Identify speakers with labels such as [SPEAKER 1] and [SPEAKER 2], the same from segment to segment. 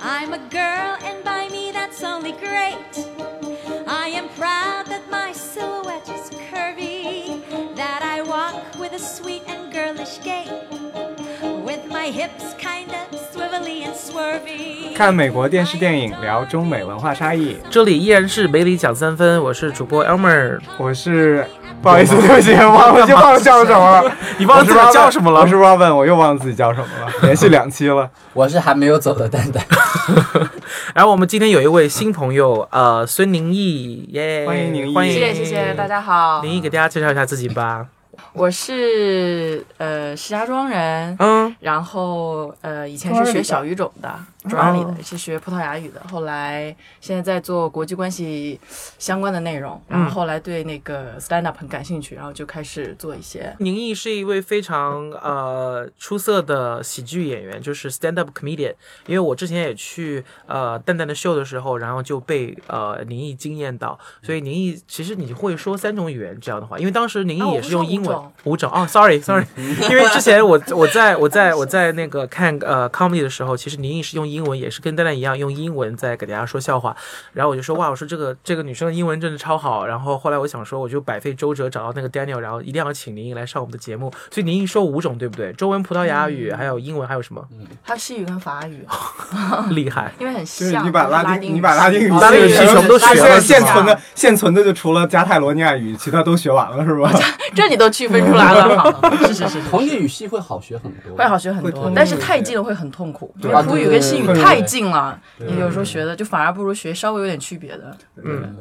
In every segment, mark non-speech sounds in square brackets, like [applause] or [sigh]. [SPEAKER 1] I'm a girl, and by me that's only great. I am proud that my silhouette is curvy, that I walk with a sweet and girlish gait, with my hips kinda swivelly and swervy.
[SPEAKER 2] 看美国电视电影，聊中美文化差异。
[SPEAKER 3] 这里依然是没理讲三分，我是主播 Elmer。
[SPEAKER 2] 我是 [laughs] 不好意思，对不起，忘了就忘了叫什么了。
[SPEAKER 3] [laughs] 你忘了自己叫什么了
[SPEAKER 2] 我是 Robin，我又忘了自己叫什么
[SPEAKER 3] [laughs]
[SPEAKER 2] 了，连续两期了。
[SPEAKER 4] 我是还没有走的蛋 [laughs] 蛋，
[SPEAKER 3] 然后我们今天有一位新朋友，呃，孙宁毅，耶，
[SPEAKER 2] 欢迎宁毅
[SPEAKER 3] 欢迎，
[SPEAKER 5] 谢谢谢谢大。家好，
[SPEAKER 3] 宁毅给大家介绍一下自己吧。
[SPEAKER 5] 我是呃石家庄人，
[SPEAKER 3] 嗯，
[SPEAKER 5] 然后呃以前是学小语种的，庄园里的是学葡萄牙语的，后来现在在做国际关系相关的内容，然后后来对那个 stand up 很感兴趣，然后就开始做一些
[SPEAKER 3] 宁毅是一位非常呃出色的喜剧演员，就是 stand up comedian。因为我之前也去呃蛋蛋的秀的时候，然后就被呃宁毅惊艳到，所以宁毅其实你会说三种语言这样的话，因为当时宁
[SPEAKER 5] 啊
[SPEAKER 3] 毅
[SPEAKER 5] 我
[SPEAKER 3] 也
[SPEAKER 5] 不
[SPEAKER 3] 是
[SPEAKER 5] 说
[SPEAKER 3] 用
[SPEAKER 5] 五
[SPEAKER 3] 英文
[SPEAKER 5] 种
[SPEAKER 3] 五种哦，sorry
[SPEAKER 5] [laughs]
[SPEAKER 3] sorry，因为之前我我在我在我在那个看呃 comedy 的时候，其实宁毅是用英文，也是跟蛋蛋一样用英文在给大家说笑话，然后我就说哇，我说这个这个女生的英文真的超好。然后后来我想说，我就百费周折找到那个 Daniel，然后一定要请林毅来上我们的节目。所以林毅说五种对不对？中文、葡萄牙语，还有英文，还有什么？
[SPEAKER 5] 哈西语跟法语，
[SPEAKER 3] 厉害！
[SPEAKER 5] 因为很
[SPEAKER 2] 就是
[SPEAKER 5] 像，
[SPEAKER 2] 你把
[SPEAKER 5] 都是
[SPEAKER 2] 拉
[SPEAKER 5] 丁哦
[SPEAKER 2] 丁，你把拉丁语
[SPEAKER 3] 拉丁语
[SPEAKER 2] 系
[SPEAKER 3] 系全部都
[SPEAKER 2] 现
[SPEAKER 3] 学
[SPEAKER 2] 在
[SPEAKER 3] 了是吧
[SPEAKER 2] 现存的现存的就除了加泰罗尼亚语，其他都学完了是 [laughs] 吧？
[SPEAKER 5] 这你都区分出来了，好 [laughs] 是是是。
[SPEAKER 4] 同一个语系会好学很多，
[SPEAKER 5] 会好学很
[SPEAKER 2] 会
[SPEAKER 5] 多
[SPEAKER 2] 痛，
[SPEAKER 5] 但是太近了会很痛苦。
[SPEAKER 2] 对
[SPEAKER 5] 因为葡语跟西语
[SPEAKER 2] 对对对
[SPEAKER 5] 太近了，
[SPEAKER 4] 对
[SPEAKER 5] 你有时候学的就反而不如学稍微有点区别的。
[SPEAKER 3] 嗯，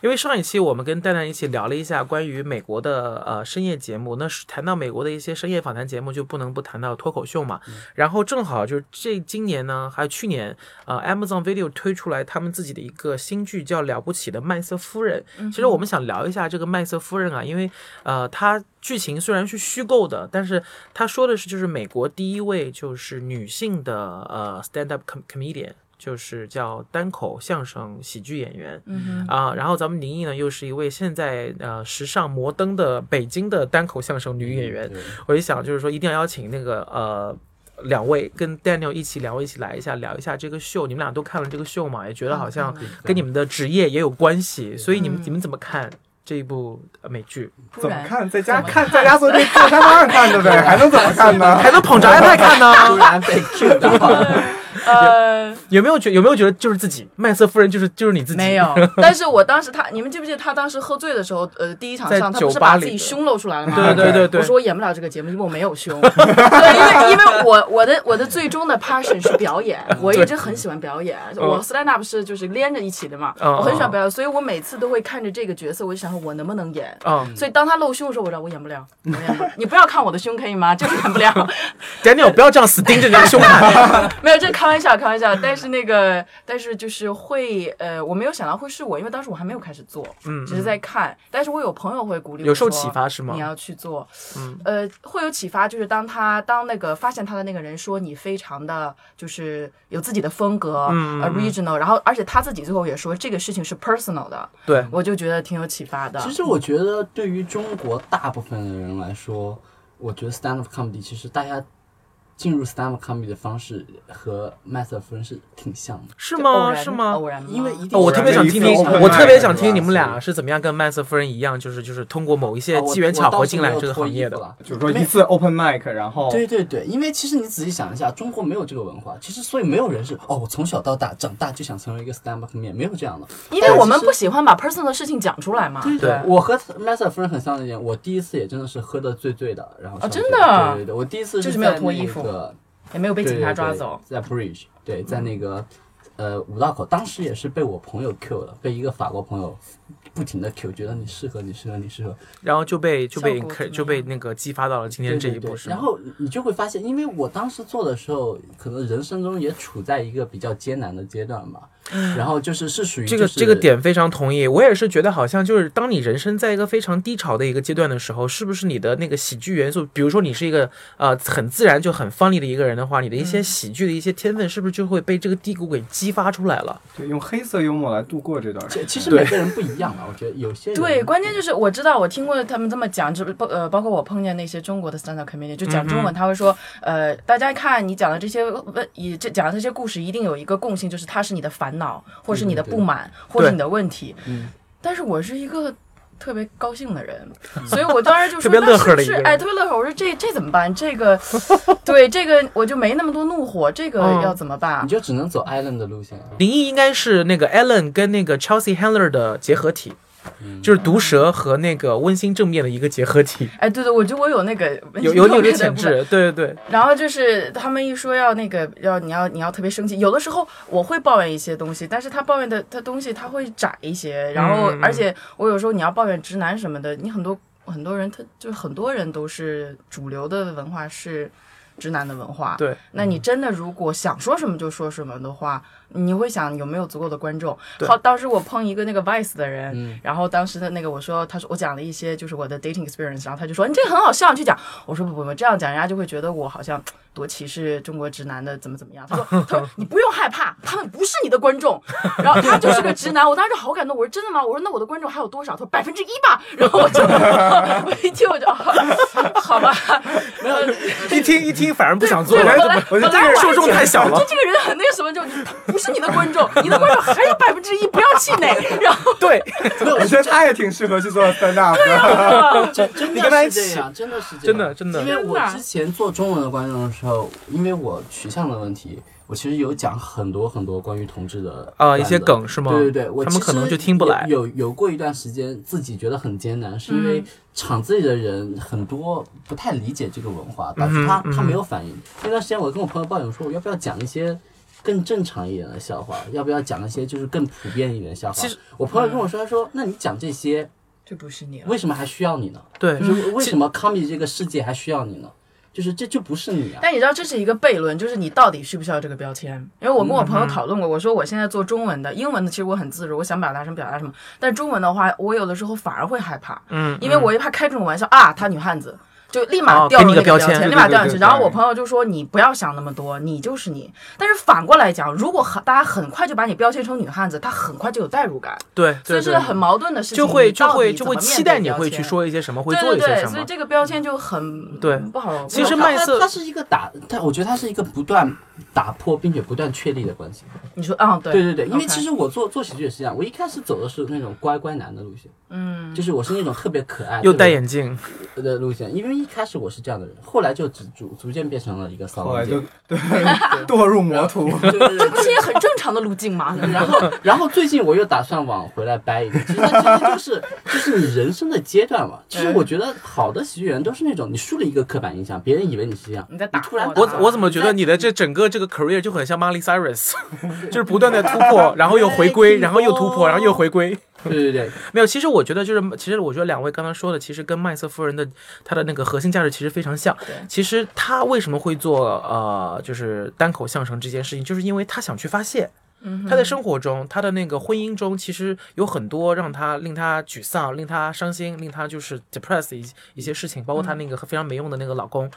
[SPEAKER 3] 因为上一期我们跟蛋蛋一起聊了一下关于美国的呃深夜节目，那是谈到美国的一些深夜访谈节目，就不能不谈到脱口秀嘛。然后正好就是这今年呢，还有去年，呃，Amazon Video 推出来他们自己的一个新剧叫《了不起的麦瑟夫人》。其实我们想聊一下这个麦瑟夫人啊，因为呃，她剧情虽然是虚构的，但是她说的是就是美国第一位就是女性的呃 stand up com- comedian。就是叫单口相声喜剧演员，
[SPEAKER 5] 嗯哼，
[SPEAKER 3] 啊、然后咱们宁毅呢，又是一位现在呃时尚摩登的北京的单口相声女演
[SPEAKER 4] 嗯
[SPEAKER 3] 员。我一想，就是说一定要邀请那个呃两位跟 Daniel 一起，两位一起来一下聊一下这个秀。你们俩都看了这个秀嘛？也觉得好像
[SPEAKER 5] 嗯
[SPEAKER 3] 跟你们的职业也有关系，所以你们你们怎么看这一部呃美剧？
[SPEAKER 5] 突
[SPEAKER 2] 怎么
[SPEAKER 5] 然
[SPEAKER 2] 看？在家看，在家坐这坐沙发上看的呗，还能怎么看
[SPEAKER 3] [laughs]
[SPEAKER 2] 呢？
[SPEAKER 3] 还能捧
[SPEAKER 4] [laughs]
[SPEAKER 3] 着 iPad 看
[SPEAKER 4] 突
[SPEAKER 3] 呢？
[SPEAKER 4] 然被 Q 到，
[SPEAKER 5] 呃，
[SPEAKER 3] [laughs] 有没有觉有没有觉得就是自己麦瑟夫人就是就是你自己？
[SPEAKER 5] 没
[SPEAKER 3] [laughs]
[SPEAKER 5] 有。但是我当时他，你们记不记得他当时喝醉的时候，呃，第一场
[SPEAKER 3] 在
[SPEAKER 5] 上他不
[SPEAKER 3] 酒
[SPEAKER 5] 是
[SPEAKER 3] 吧
[SPEAKER 5] 把
[SPEAKER 3] 里
[SPEAKER 5] 自己
[SPEAKER 3] 的
[SPEAKER 5] 胸露出来了吗？
[SPEAKER 3] 对对对对
[SPEAKER 5] 我说我演不了这个节目，因为我没
[SPEAKER 3] [laughs]
[SPEAKER 5] 有胸。对，因为因为我我的我的最终的 passion 是
[SPEAKER 3] [laughs]
[SPEAKER 5] 表演，我一直很喜欢表演。我 stand up 是就是连着一起的嘛，
[SPEAKER 3] 嗯
[SPEAKER 5] 我很喜欢表演，所以我每次都会看着这个角色，我就想说我能不能演。
[SPEAKER 3] 嗯
[SPEAKER 5] 所以当他露胸的时候，我知道我演不了，我演不了。你不要看我的胸可以吗？ [laughs] 就是演不了。
[SPEAKER 3] ，Daniel 不要这样死盯着人
[SPEAKER 5] [laughs]
[SPEAKER 3] 家胸看。
[SPEAKER 5] 没有，这开玩笑，开玩笑。但是那个，但是就是会，呃，我没有想到会是我，因为当时我还没有开始做，
[SPEAKER 3] 嗯
[SPEAKER 5] 只是在看。但是我有朋友会鼓励我说，
[SPEAKER 3] 有受启发是吗
[SPEAKER 5] 你要去做，
[SPEAKER 3] 嗯，
[SPEAKER 5] 呃，会有启发，就是当他当那个发现他的那个人说你非常的就是有自己的风格、
[SPEAKER 3] 嗯嗯嗯
[SPEAKER 5] o r i g i n a l 然后而且他自己最后也说这个事情是 personal 的，
[SPEAKER 3] 对，
[SPEAKER 5] 我就觉得挺有启发的。
[SPEAKER 4] 其实我觉得，对于中国大部分的人来说，我觉得 stand up comedy 其实大家进入 stand up comedy 的方式和麦瑟夫人是挺像的，
[SPEAKER 3] 是
[SPEAKER 5] 就偶
[SPEAKER 3] 吗？
[SPEAKER 5] 然
[SPEAKER 3] 是吗？
[SPEAKER 5] 偶然吗，
[SPEAKER 4] 因为一定
[SPEAKER 3] 哦，我特别想听听，我特别想听你们
[SPEAKER 4] 对
[SPEAKER 3] 俩
[SPEAKER 4] 吧
[SPEAKER 3] 是怎么样跟麦瑟夫人一样，就是就是通过某一
[SPEAKER 4] 啊
[SPEAKER 3] 些机缘巧合进来这个行业的。
[SPEAKER 4] 了。
[SPEAKER 2] 就是说一次 open mic，然后
[SPEAKER 4] 对对对，因为其实你仔细想一下，中国没有这个文化，其实所以没有人是哦，我从小到大长大就想成为一个 stand up comedian，没有这样的。
[SPEAKER 5] 因为我们
[SPEAKER 4] 但是
[SPEAKER 5] 不喜欢把 personal 的事情讲出来嘛。
[SPEAKER 3] 对
[SPEAKER 4] 我和 m a s t e r 夫人很像的一点，我第一次也真的是喝的醉醉的，然后上学
[SPEAKER 5] 哦真的啊
[SPEAKER 4] 对对对，我第一次
[SPEAKER 5] 就
[SPEAKER 4] 在
[SPEAKER 5] 是没有脱衣
[SPEAKER 4] 那
[SPEAKER 5] 服
[SPEAKER 4] 个
[SPEAKER 5] 也没有被
[SPEAKER 4] 对
[SPEAKER 5] 警
[SPEAKER 4] 对
[SPEAKER 5] 察
[SPEAKER 4] 对
[SPEAKER 5] 抓走。嗯
[SPEAKER 4] 在 Bridge，对，在那个呃五道口，当时也是被我朋友 Q 的，被一个法国朋友不停的 Q，觉得你适合，你适合，你适合，
[SPEAKER 3] 然后就被就被
[SPEAKER 5] 效果怎么样
[SPEAKER 3] 就被那个激发到了今
[SPEAKER 4] 对
[SPEAKER 3] 天这
[SPEAKER 4] 对
[SPEAKER 3] 一
[SPEAKER 4] 对
[SPEAKER 3] 步，是吗？
[SPEAKER 4] 然后你就会发现，因为我当时做的时候，可能人生中也处在一个比较艰难的阶段吧，
[SPEAKER 5] 嗯
[SPEAKER 4] 然后就是是属于、
[SPEAKER 3] 这
[SPEAKER 4] 就
[SPEAKER 3] 个
[SPEAKER 4] 是、
[SPEAKER 3] 这个点非常同意，我也是觉得好像就是当你人生在一个非常低潮的一个阶段的时候，是不是你的那个喜剧元素，比如说你是一个呃很自然就很 funny 的一个人的话，你的一
[SPEAKER 4] 嗯
[SPEAKER 3] 些喜剧的一些天分是不是就会被这个低谷给激发出来了？
[SPEAKER 2] 对，用黑色幽默来度过这段时间。
[SPEAKER 4] 其其实每个人不一样啊，我觉得有些人
[SPEAKER 5] 对，关键就是我知道，我听过他们这么讲，就包呃，包括我碰见那些中国的 stand up comedian，就讲
[SPEAKER 3] 嗯
[SPEAKER 5] 中文，他会说，呃，大家看你讲的这些问，以这讲的这些故事，一定有一个共性，就是它是你的烦恼，或是你的不满，或是你的问题。
[SPEAKER 4] 嗯
[SPEAKER 5] 但是我是一个。特别高兴的
[SPEAKER 3] [laughs]
[SPEAKER 5] 人，所以我当时就
[SPEAKER 3] 特
[SPEAKER 5] 说，
[SPEAKER 3] 别乐呵的
[SPEAKER 5] 那
[SPEAKER 3] 一
[SPEAKER 5] 是
[SPEAKER 3] 个人
[SPEAKER 5] 不是哎，特别乐呵。我说这这怎么办？这个， [laughs] 对这个我就没那么多怒火，这个
[SPEAKER 3] 嗯
[SPEAKER 5] 要怎么办？
[SPEAKER 4] 你就只能走 Island 的路线啊。
[SPEAKER 3] 林毅应该是那个 Ellen 跟那个 Chelsea Handler 的结合体，就是毒蛇和那个温馨正面的一个结合体，
[SPEAKER 5] 哎，对对，我觉得我 [laughs] 有那个
[SPEAKER 3] 有有你
[SPEAKER 5] 那
[SPEAKER 3] 的
[SPEAKER 5] 个
[SPEAKER 3] 潜
[SPEAKER 5] 部分
[SPEAKER 3] 质，对对对，
[SPEAKER 5] 然后就是他们一说要那个要你要你要特别生气，有的时候我会抱怨一些东西，但是他抱怨的他东西他会窄一些，然后
[SPEAKER 3] 嗯嗯
[SPEAKER 5] 而且我有时候你要抱怨直男什么的，你很多很多人他就是很多人都是主流的文化是直男的文化，
[SPEAKER 3] 对，嗯
[SPEAKER 5] 那你真的如果想说什么就说什么的话，你会想有没有足够的观众？好，当时我碰一个那个 Vice 的人，
[SPEAKER 4] 嗯
[SPEAKER 5] 然后当时的那个我说，他说我讲了一些就是我的 dating experience，然后他就说你这个很好笑，你去讲。我说不不不，这样讲人家就会觉得我好像多歧视中国直男的怎么怎么样。他说 [laughs] 他说你不用害怕，他们不是你的观众。 [laughs] 然后他就是个直男，我当时好感动，我说真的吗？我说那我的观众还有多少？他说百分之一吧。然后我就我一听我就 [laughs] 好好吧，没有。
[SPEAKER 3] 一听一听反而不想做
[SPEAKER 5] 对，
[SPEAKER 3] 了，
[SPEAKER 5] 本
[SPEAKER 3] 怎
[SPEAKER 5] 来
[SPEAKER 3] 么
[SPEAKER 5] 本来
[SPEAKER 3] 这个人受众太小
[SPEAKER 5] 就
[SPEAKER 3] 了，
[SPEAKER 5] 这个人很那个什么，就他不是你的观众，你的观众还有百分之一，不要气馁。然后
[SPEAKER 3] 对，
[SPEAKER 2] 我觉得他也挺适合去做 stand up 的。
[SPEAKER 4] 真真
[SPEAKER 3] 你跟他一
[SPEAKER 4] 的是
[SPEAKER 3] 起
[SPEAKER 4] 这样，真的是这
[SPEAKER 3] 真
[SPEAKER 4] 样，
[SPEAKER 3] 的真的
[SPEAKER 4] 因为我
[SPEAKER 5] 真的啊
[SPEAKER 4] 之前做中文的观众的时候，因为我取向的问题，我其实有讲很多很多关于同志的
[SPEAKER 3] 啊、
[SPEAKER 4] 段
[SPEAKER 3] 一
[SPEAKER 4] 子
[SPEAKER 3] 些。梗是吗？
[SPEAKER 4] 对对对，我
[SPEAKER 3] 他们
[SPEAKER 4] 其
[SPEAKER 3] 可能
[SPEAKER 4] 实
[SPEAKER 3] 就听不
[SPEAKER 4] 有
[SPEAKER 3] 来。
[SPEAKER 4] 有有过一段时间，自己觉得很艰难，是因
[SPEAKER 5] 嗯
[SPEAKER 4] 为厂子里的人很多不太理解这个文化，导致他
[SPEAKER 3] 嗯哼
[SPEAKER 4] 他没有反应。那段时间，我跟我朋友抱怨说，我要不要讲一些更正常一点的笑话？要不要讲一些就是更普遍一点的笑话
[SPEAKER 3] 其实？
[SPEAKER 4] 我朋友跟我说，他说，那你讲这些，
[SPEAKER 5] 这不是你了，
[SPEAKER 4] 为什么还需要你呢？
[SPEAKER 3] 对，
[SPEAKER 4] 就是为什么 comedy 这个世界还需要你呢？就是这就不是你啊！
[SPEAKER 5] 但你知道这是一个悖论，就是你到底需不需要这个标签？因为我跟
[SPEAKER 3] 嗯
[SPEAKER 5] 我朋友讨论过，我说我现在做中文的，英文的其实我很自如，我想表达什么表达什么。但中文的话，我有的时候反而会害怕，
[SPEAKER 3] 嗯，
[SPEAKER 5] 因为我一怕开这种玩笑啊，她女汉子。就立
[SPEAKER 3] 哦
[SPEAKER 5] 马
[SPEAKER 3] 给
[SPEAKER 5] 掉入
[SPEAKER 3] 你
[SPEAKER 5] 那
[SPEAKER 3] 个
[SPEAKER 5] 个
[SPEAKER 3] 标
[SPEAKER 5] 标
[SPEAKER 3] 签
[SPEAKER 5] 签，
[SPEAKER 2] 对
[SPEAKER 5] 立马
[SPEAKER 2] 对
[SPEAKER 5] 掉
[SPEAKER 2] 对
[SPEAKER 5] 进去。
[SPEAKER 2] 对
[SPEAKER 5] 然后我朋友就说：“你不要想那么多，你就是你。”但是反过来讲，如果很大家很快就把你标签成女汉子，她很快就有代入感。
[SPEAKER 3] 对，
[SPEAKER 5] 所
[SPEAKER 3] 对
[SPEAKER 5] 以
[SPEAKER 3] 对
[SPEAKER 5] 是很矛盾的事情，
[SPEAKER 3] 就会
[SPEAKER 5] 你
[SPEAKER 3] 就
[SPEAKER 5] 到
[SPEAKER 3] 会
[SPEAKER 5] 底
[SPEAKER 3] 就
[SPEAKER 5] 怎么
[SPEAKER 3] 会
[SPEAKER 5] 面
[SPEAKER 3] 期
[SPEAKER 5] 对
[SPEAKER 3] 待你
[SPEAKER 5] 标
[SPEAKER 3] 会
[SPEAKER 5] 签
[SPEAKER 3] 去说一些什么，会
[SPEAKER 5] 对
[SPEAKER 3] 做
[SPEAKER 5] 对
[SPEAKER 3] 一些
[SPEAKER 5] 对，
[SPEAKER 3] 什
[SPEAKER 5] 所以
[SPEAKER 3] 么。
[SPEAKER 5] 这个标签就很
[SPEAKER 3] 对
[SPEAKER 5] 不好。
[SPEAKER 3] 其实
[SPEAKER 5] 不好
[SPEAKER 3] 麦瑟
[SPEAKER 4] 它它是一个打，它我觉得它是一个不断打破并且不断确立的关系。
[SPEAKER 5] 你说啊，对
[SPEAKER 4] 对对对，因为
[SPEAKER 5] OK
[SPEAKER 4] 其实 [laughs] 我做做喜剧也是这样，我一开始走的是那种乖乖男的路线，嗯，就是我是那种特别可爱
[SPEAKER 3] 又戴眼镜，
[SPEAKER 4] 特别的路线，因为一开始我是这样的人，后来就只逐逐渐变成了一个骚
[SPEAKER 2] 后
[SPEAKER 4] 浪
[SPEAKER 2] 来
[SPEAKER 4] 姐
[SPEAKER 2] 就。对 [laughs] 堕入魔途。
[SPEAKER 4] 对对对
[SPEAKER 5] 这不是也很正常的路径 [laughs] 吗？然后
[SPEAKER 4] 然后最近我又打算往回来掰一个，其实其实就是就是你人生的阶段嘛。其实我觉得好的喜剧人都是那种你树立一个刻板印象，别人以为你是这样，
[SPEAKER 5] 你在打
[SPEAKER 4] 突然
[SPEAKER 5] 破
[SPEAKER 4] 打
[SPEAKER 3] 我
[SPEAKER 5] 它
[SPEAKER 3] 我怎么觉得你的这整个这个 career 就很像 Miley Cyrus，就是 [laughs] 不断的突破，然后又回归，然后又突破，然后又回归。
[SPEAKER 4] 对对对，
[SPEAKER 3] 没有，其实我觉得就是，其实我觉得两位刚刚说的，其实跟麦瑟夫人的她的那个核心价值其实非常像。其实她为什么会做呃，就是单口相声这件事情，就是因为她想去发泄。她在生活中，她的那个婚姻中，其实有很多让她令她沮丧、令她伤心、令她就是 depressed 的一一些事情，包括她那个非常没用的那个老公。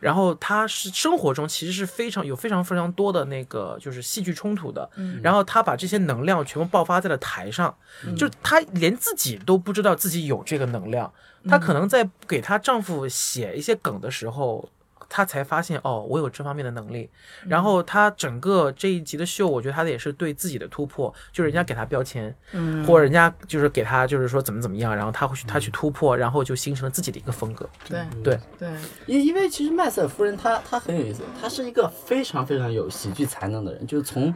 [SPEAKER 3] 然后她是生活中其实是非常有非常非常多的那个就是戏剧冲突的，然后她把这些能量全部爆发在了台上，
[SPEAKER 4] 嗯
[SPEAKER 3] 就是她连自己都不知道自己有这个能量，她可
[SPEAKER 4] 嗯
[SPEAKER 3] 能在给她丈夫写一些梗的时候。她才发现哦，我有这方面的能力。
[SPEAKER 4] 嗯
[SPEAKER 3] 然后她整个这一集的秀，我觉得她也是对自己的突破，就是人家给她标签，嗯，或者人家就是给她就是说怎么怎么样，然后她会去
[SPEAKER 4] 嗯
[SPEAKER 3] 她去突破，然后就形成了自己的一个风格。
[SPEAKER 5] 对
[SPEAKER 3] 对
[SPEAKER 5] 对，
[SPEAKER 4] 因因为其实麦瑟尔夫人她她很有意思，她是一个非常非常有喜剧才能的人，就是从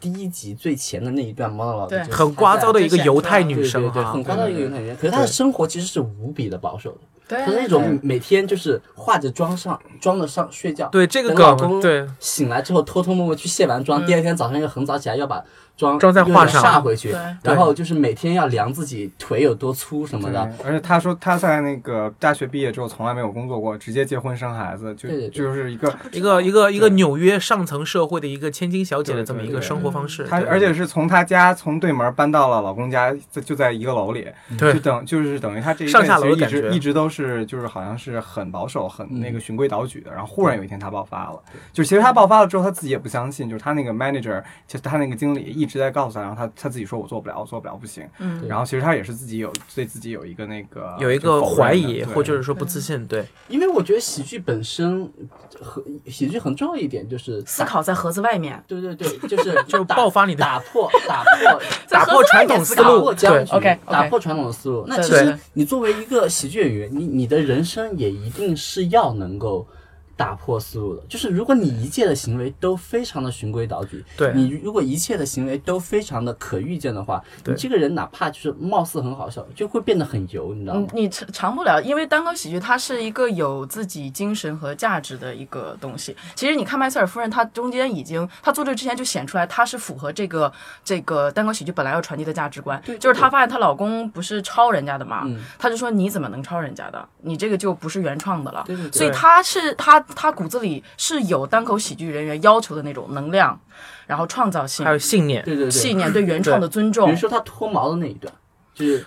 [SPEAKER 4] 第一集最前的那一段 monologue，
[SPEAKER 5] 对
[SPEAKER 4] 就是她
[SPEAKER 3] 很聒噪的一个犹太
[SPEAKER 4] 在
[SPEAKER 3] 女生
[SPEAKER 4] 对对对，
[SPEAKER 3] 哈，
[SPEAKER 4] 很聒噪的一个犹太女生。可是她的生活其实是无比的保守的。
[SPEAKER 5] 对
[SPEAKER 4] 她是那种每天就是化着妆上妆的上睡觉，
[SPEAKER 3] 对这个
[SPEAKER 4] 等老
[SPEAKER 3] 梗
[SPEAKER 4] 公
[SPEAKER 3] 对
[SPEAKER 4] 醒来之后偷偷摸摸去卸完妆，第二天早上又很早起来要把装
[SPEAKER 3] 装在画上
[SPEAKER 4] 煞回去
[SPEAKER 5] 对，
[SPEAKER 4] 然后就是每天要量自己腿有多粗什么的，
[SPEAKER 2] 而且他说他在那个大学毕业之后从来没有工作过，直接结婚生孩子，就
[SPEAKER 4] 对对对
[SPEAKER 2] 就是一个
[SPEAKER 3] 一个一个一个纽约上层社会的一个千金小姐的这么一个生活方式。
[SPEAKER 2] 他，
[SPEAKER 3] 对
[SPEAKER 2] 而且是从他家从对门搬到了老公家，在就在一个楼里，就
[SPEAKER 3] 对
[SPEAKER 2] 等就是等于他这一
[SPEAKER 3] 上
[SPEAKER 2] 辈
[SPEAKER 3] 下
[SPEAKER 2] 子
[SPEAKER 3] 楼的
[SPEAKER 2] 一
[SPEAKER 3] 感
[SPEAKER 2] 直
[SPEAKER 3] 觉
[SPEAKER 2] 一直都是就是好像是很保守、很那个循规蹈矩的，然后忽然有一天他爆发了，就其实他爆发了之后他自己也不相信，就是他那个 manager 就是他那个经理一直在告诉他，然后他他自己说我做不了，我做不了不行，
[SPEAKER 5] 嗯，
[SPEAKER 2] 然后其实他也是自己有对自己有一个那个
[SPEAKER 3] 有一
[SPEAKER 2] 就
[SPEAKER 3] 个
[SPEAKER 2] 否认
[SPEAKER 3] 怀
[SPEAKER 2] 的
[SPEAKER 3] 疑
[SPEAKER 2] 对
[SPEAKER 3] 或者是说不自信，对，
[SPEAKER 4] 因为我觉得喜剧本身和喜剧很重要一点就是
[SPEAKER 5] 思考在盒子外面。
[SPEAKER 4] 对对对，就是
[SPEAKER 3] [laughs] 就
[SPEAKER 4] 打
[SPEAKER 3] 爆发你的
[SPEAKER 4] 打破 [laughs] 打破
[SPEAKER 3] 打破传统思
[SPEAKER 4] 打
[SPEAKER 3] 路，
[SPEAKER 4] 破
[SPEAKER 3] 对
[SPEAKER 4] 僵，局
[SPEAKER 5] OK，OK
[SPEAKER 4] 打破传统的思路。那
[SPEAKER 5] 对
[SPEAKER 4] 其
[SPEAKER 3] 对
[SPEAKER 4] 实你作为一个喜剧演员，你你的人生也一定是要能够。打破思路的，就是如果你一切的行为都非常的循规蹈矩，
[SPEAKER 3] 对
[SPEAKER 4] 你如果一切的行为都非常的可预见的话，你
[SPEAKER 3] 对
[SPEAKER 4] 这个人哪怕就是貌似很好笑，就会变得很油，你知道吗
[SPEAKER 5] 你？嗯你尝尝不了，因为单口喜剧它是一个有自己精神和价值的一个东西。其实你看麦瑟尔夫人，她中间已经，她做这之前就显出来，她是符合这个这个单口喜剧本来要传递的价值观。
[SPEAKER 4] 对对
[SPEAKER 5] 就是她发现她老公不是抄人家的嘛，
[SPEAKER 4] 嗯
[SPEAKER 5] 她就说你怎么能抄人家的？你这个就不是原创的了。
[SPEAKER 4] 对对对
[SPEAKER 5] 所以她是她她骨子里是有单口喜剧人员要求的那种能量，然后创造
[SPEAKER 2] 嗯
[SPEAKER 5] 性
[SPEAKER 3] 还、有信念，
[SPEAKER 4] 对对对，
[SPEAKER 5] 信念、对原创的尊
[SPEAKER 4] 比
[SPEAKER 5] 重
[SPEAKER 4] 如。说他脱毛的那一段，就是，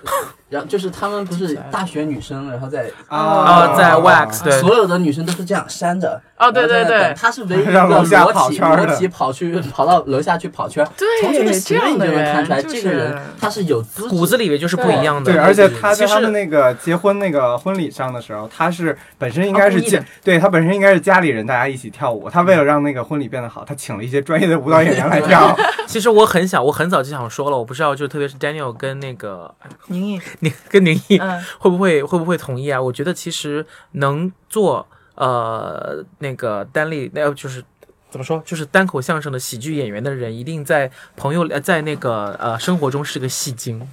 [SPEAKER 4] 然后就是他们不是大学女生，然后在
[SPEAKER 2] 啊
[SPEAKER 3] 啊在 wax 对
[SPEAKER 4] 所有的女生都是这样扇着。
[SPEAKER 5] 哦对对
[SPEAKER 4] 然后在那
[SPEAKER 5] 对
[SPEAKER 4] 等他是
[SPEAKER 5] [laughs]
[SPEAKER 4] 唯一一个
[SPEAKER 2] 让楼下
[SPEAKER 4] 裸
[SPEAKER 2] 跑
[SPEAKER 4] 体
[SPEAKER 2] 圈儿的
[SPEAKER 4] 裸体跑去跑到楼下去跑圈儿。
[SPEAKER 5] 对
[SPEAKER 4] 从这个
[SPEAKER 5] 这
[SPEAKER 4] 行为
[SPEAKER 5] 样
[SPEAKER 4] 你
[SPEAKER 5] 的
[SPEAKER 4] 就能看出来，
[SPEAKER 5] 人
[SPEAKER 4] 这个人
[SPEAKER 5] 就是
[SPEAKER 4] 他是有资质
[SPEAKER 3] 骨子里面就是不一样的。
[SPEAKER 2] 对，
[SPEAKER 4] 对
[SPEAKER 2] 而且
[SPEAKER 4] 对
[SPEAKER 2] 他在
[SPEAKER 3] 其
[SPEAKER 2] 他们
[SPEAKER 3] 实
[SPEAKER 2] 那个结婚那个婚礼上的时候，他是本身应
[SPEAKER 5] 啊
[SPEAKER 2] 该
[SPEAKER 5] 故
[SPEAKER 2] 是
[SPEAKER 5] 意
[SPEAKER 2] 家
[SPEAKER 5] 的，
[SPEAKER 2] 对他本身应该是家里人大家一起跳舞，他为了让那个婚礼变得好，他请了一些专业的舞蹈演员来跳。
[SPEAKER 3] 其实我很想，我很早就想说了，我不知道，就特别是 Daniel 跟那个
[SPEAKER 5] 宁毅，
[SPEAKER 3] 宁跟宁毅
[SPEAKER 5] 嗯
[SPEAKER 3] 会不会会不会同意啊？我觉得其实能做呃那个单立，那、就是。怎么说？就是单口相声的喜剧演员的人，一定在朋友呃在那个呃生活中是个戏精，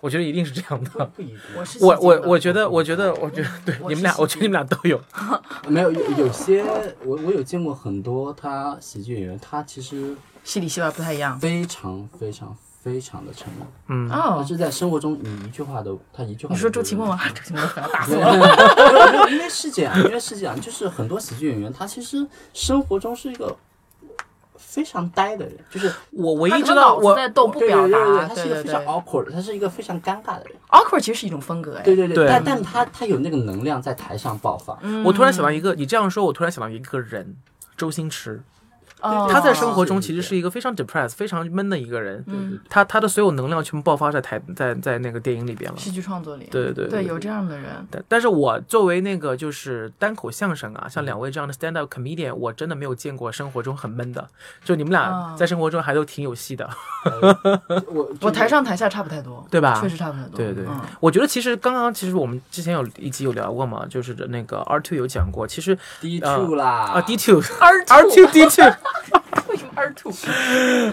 [SPEAKER 3] 我觉得一定是这样的。
[SPEAKER 4] 不一样。
[SPEAKER 5] 我是
[SPEAKER 3] 我我
[SPEAKER 5] 信的
[SPEAKER 3] 我觉得，我觉得，我觉得，对
[SPEAKER 5] 我
[SPEAKER 3] 你们
[SPEAKER 5] 是
[SPEAKER 3] 俩，
[SPEAKER 5] 戏
[SPEAKER 3] 哦我觉得你们俩都有。
[SPEAKER 4] 啊没有有有些我我有见过很多他喜剧演员，他其实
[SPEAKER 5] 戏里戏外不太一样。
[SPEAKER 4] 非常非常非常的沉默，
[SPEAKER 5] 哦
[SPEAKER 4] 但，是在生活中你一句话都他一句话
[SPEAKER 5] 你
[SPEAKER 4] 都
[SPEAKER 5] 说
[SPEAKER 4] 不
[SPEAKER 5] 周奇
[SPEAKER 4] 说
[SPEAKER 5] 墨吗？ [laughs] 周奇墨可能打死
[SPEAKER 4] 没
[SPEAKER 5] 我。
[SPEAKER 4] 有没有，没 [laughs] 有因为是这样，因为是这样，就是很多喜剧演员他其实生活中是一个非常呆的人，就是
[SPEAKER 3] [laughs] 我唯
[SPEAKER 5] 他
[SPEAKER 3] 一
[SPEAKER 5] 可
[SPEAKER 3] 知
[SPEAKER 5] 能
[SPEAKER 3] 道
[SPEAKER 5] 脑
[SPEAKER 3] 我
[SPEAKER 5] 子在动，不
[SPEAKER 4] 对
[SPEAKER 5] 表
[SPEAKER 4] 对对
[SPEAKER 5] 达。
[SPEAKER 4] 对，他
[SPEAKER 5] 对
[SPEAKER 4] 是一个
[SPEAKER 5] 对
[SPEAKER 4] 非
[SPEAKER 5] 对
[SPEAKER 4] 常 awkward，他是一个非常尴尬的人。
[SPEAKER 5] ，awkward 其实是一种风格哎。
[SPEAKER 4] 对对对，
[SPEAKER 3] 对
[SPEAKER 4] 但但他他有那个能量在台上爆发，
[SPEAKER 5] 嗯
[SPEAKER 3] 我突然想到一个，你这样说，我突然想到一个人，周星驰，
[SPEAKER 5] 哦
[SPEAKER 3] 他在生活中
[SPEAKER 4] 对对
[SPEAKER 3] 其实是一个非常 depressed、非常闷的一个人，
[SPEAKER 5] 嗯
[SPEAKER 3] 他他的所有能量全部爆发在台在在那个电影里边了。
[SPEAKER 5] 戏剧创作里，
[SPEAKER 3] 对对对
[SPEAKER 5] 对有这样的人，
[SPEAKER 3] 但但是我作为那个就是单口相声啊，
[SPEAKER 5] 嗯
[SPEAKER 3] 像两位这样的 stand up comedian，我真的没有见过生活中很闷的，就你们俩
[SPEAKER 5] 啊
[SPEAKER 3] 在生活中还都挺有戏的。
[SPEAKER 4] 我
[SPEAKER 5] 我台上台下差不太多，
[SPEAKER 3] 对吧
[SPEAKER 5] 确实差不太多。
[SPEAKER 3] 对对，
[SPEAKER 5] 嗯
[SPEAKER 3] 我觉得其实刚刚其实我们之前有一集有聊过嘛，就是那个 R two 有讲过，其实
[SPEAKER 4] D
[SPEAKER 3] 呃
[SPEAKER 4] two 啦
[SPEAKER 3] 啊 D two [laughs]
[SPEAKER 5] ，R
[SPEAKER 3] R two D two [laughs]
[SPEAKER 5] 为什么 R two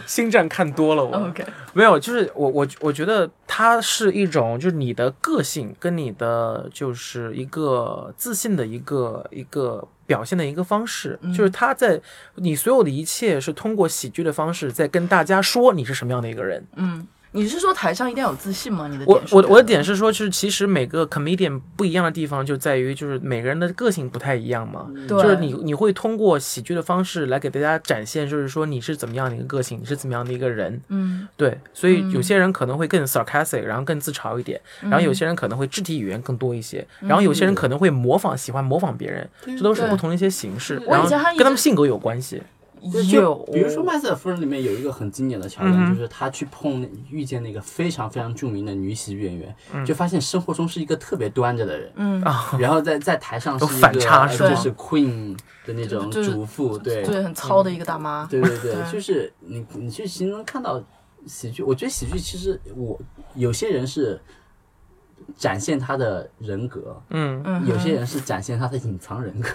[SPEAKER 3] 星战看多了我。
[SPEAKER 5] ？OK，
[SPEAKER 3] 没有，就是我我我觉得它是一种，就是你的个性跟你的就是一个自信的一个一个表现的一个方式，就是他在你所有的一切是通过喜剧的方式在跟大家说你是什么样的一个人。
[SPEAKER 5] 嗯，你是说台上一定要有自信吗？你的
[SPEAKER 3] 我
[SPEAKER 5] 点是
[SPEAKER 3] 我
[SPEAKER 5] 这
[SPEAKER 3] 我的
[SPEAKER 5] 样
[SPEAKER 3] 点是说，就是其实每个 comedian 不一样的地方就在于，就是每个人的个性不太一样嘛。
[SPEAKER 5] 对
[SPEAKER 3] 就是你你会通过喜剧的方式来给大家展现，就是说你是怎么样的一个个性，你是怎么样的一个人。
[SPEAKER 5] 嗯
[SPEAKER 3] 对，所以有些人可能会更 sarcastic，然后更自嘲一点，然后有
[SPEAKER 5] 嗯
[SPEAKER 3] 些人可能会肢体语言更多一些，然后有些人可能会模仿，喜欢模仿别人，这都是
[SPEAKER 5] 对
[SPEAKER 3] 不同的一些形式，
[SPEAKER 5] 我
[SPEAKER 3] 然后
[SPEAKER 5] 以前还一
[SPEAKER 3] 跟他们
[SPEAKER 5] 直
[SPEAKER 3] 性格有关系。
[SPEAKER 5] 有，嗯
[SPEAKER 4] 比如说《麦瑟尔夫人》里面有一个很经典的桥段，就是他去碰那遇见那个非常非常著名的女喜剧演员，就发现生活中是一个特别端着的人，
[SPEAKER 5] 嗯
[SPEAKER 4] [laughs] 然后在在台上是
[SPEAKER 3] 有
[SPEAKER 4] 一个
[SPEAKER 3] 反差是
[SPEAKER 5] 吗
[SPEAKER 4] 就是 queen 的那种
[SPEAKER 5] 就是
[SPEAKER 4] 主妇，对
[SPEAKER 5] 对很糙的一个大妈，
[SPEAKER 4] 对对对，
[SPEAKER 5] 对
[SPEAKER 4] 就是你你去形容看到喜剧，我觉得喜剧其实我有些人是展现他的人格，
[SPEAKER 3] 嗯，
[SPEAKER 5] 嗯，
[SPEAKER 4] 有些人是展现他的隐藏人格，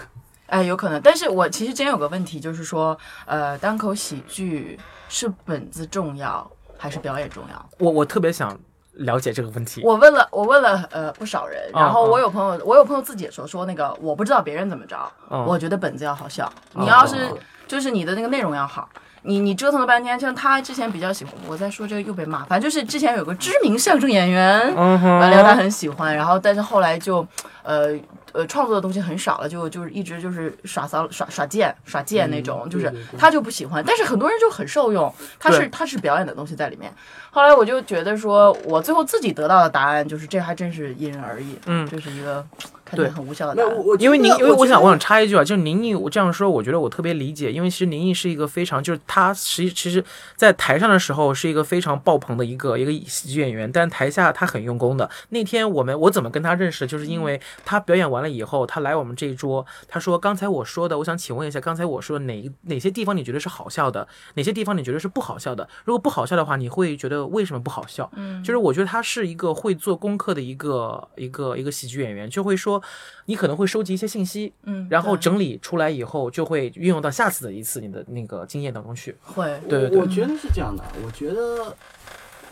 [SPEAKER 5] 哎，有可能。但是我其实真有个问题，就是说，呃，单口喜剧是本子重要还是表演重要？
[SPEAKER 3] 我我特别想了解这个问题。
[SPEAKER 5] 我问了，我问了呃不少人，然后
[SPEAKER 3] 嗯
[SPEAKER 5] 我有朋友，我有朋友自己也说说那个我不知道别人怎么着，
[SPEAKER 3] 嗯
[SPEAKER 5] 我觉得本子要好笑。
[SPEAKER 3] 嗯
[SPEAKER 5] 你要是
[SPEAKER 4] 嗯
[SPEAKER 5] 就是你的那个内容要好。你你折腾了半天，像他之前比较喜欢，我在说这个又被骂，反正就是之前有个知名相声演员，
[SPEAKER 3] 嗯哼
[SPEAKER 5] 完了他很喜欢，然后但是后来就，呃呃，创作的东西很少了，就就是一直就是耍骚耍耍贱耍贱那
[SPEAKER 3] 嗯
[SPEAKER 5] 种，就是他就不喜欢，但是很多人就很受用，他是
[SPEAKER 3] 对
[SPEAKER 5] 他是表演的东西在里面。后来我就觉得说，我最后自己得到的答案就是这还真是因人而异，
[SPEAKER 3] 嗯
[SPEAKER 5] 这是一个看起
[SPEAKER 3] 对
[SPEAKER 5] 来很无效的答
[SPEAKER 4] 那
[SPEAKER 5] 案。
[SPEAKER 4] 我我
[SPEAKER 3] 因为
[SPEAKER 4] 觉
[SPEAKER 3] 宁
[SPEAKER 4] 得，
[SPEAKER 3] 因为我
[SPEAKER 4] 觉得
[SPEAKER 3] 想我想插一句啊，就是宁毅，我这样说，我觉得我特别理解，因为其实宁毅是一个非常，就是他实其实，在台上的时候是一个非常爆棚的一个一个喜剧演员，但台下他很用功的。那天我们我怎么跟他认识，就是因为他表演完了以后，他来我们这一桌，他说刚才我说的，我想请问一下，刚才我说的哪一哪些地方你觉得是好笑的，哪些地方你觉得是不好笑的？如果不好笑的话，你会觉得为什么不好笑？嗯，就是我觉得他是一个会做功课的一个一个一个喜剧演员，就会说你可能会收集一些信息，
[SPEAKER 5] 嗯
[SPEAKER 3] 然后
[SPEAKER 5] 对
[SPEAKER 3] 整理出来以后，就会运用到下次的一次你的那个经验当中去。
[SPEAKER 5] 会
[SPEAKER 3] 对对对
[SPEAKER 4] 我觉得是这样的，我觉得，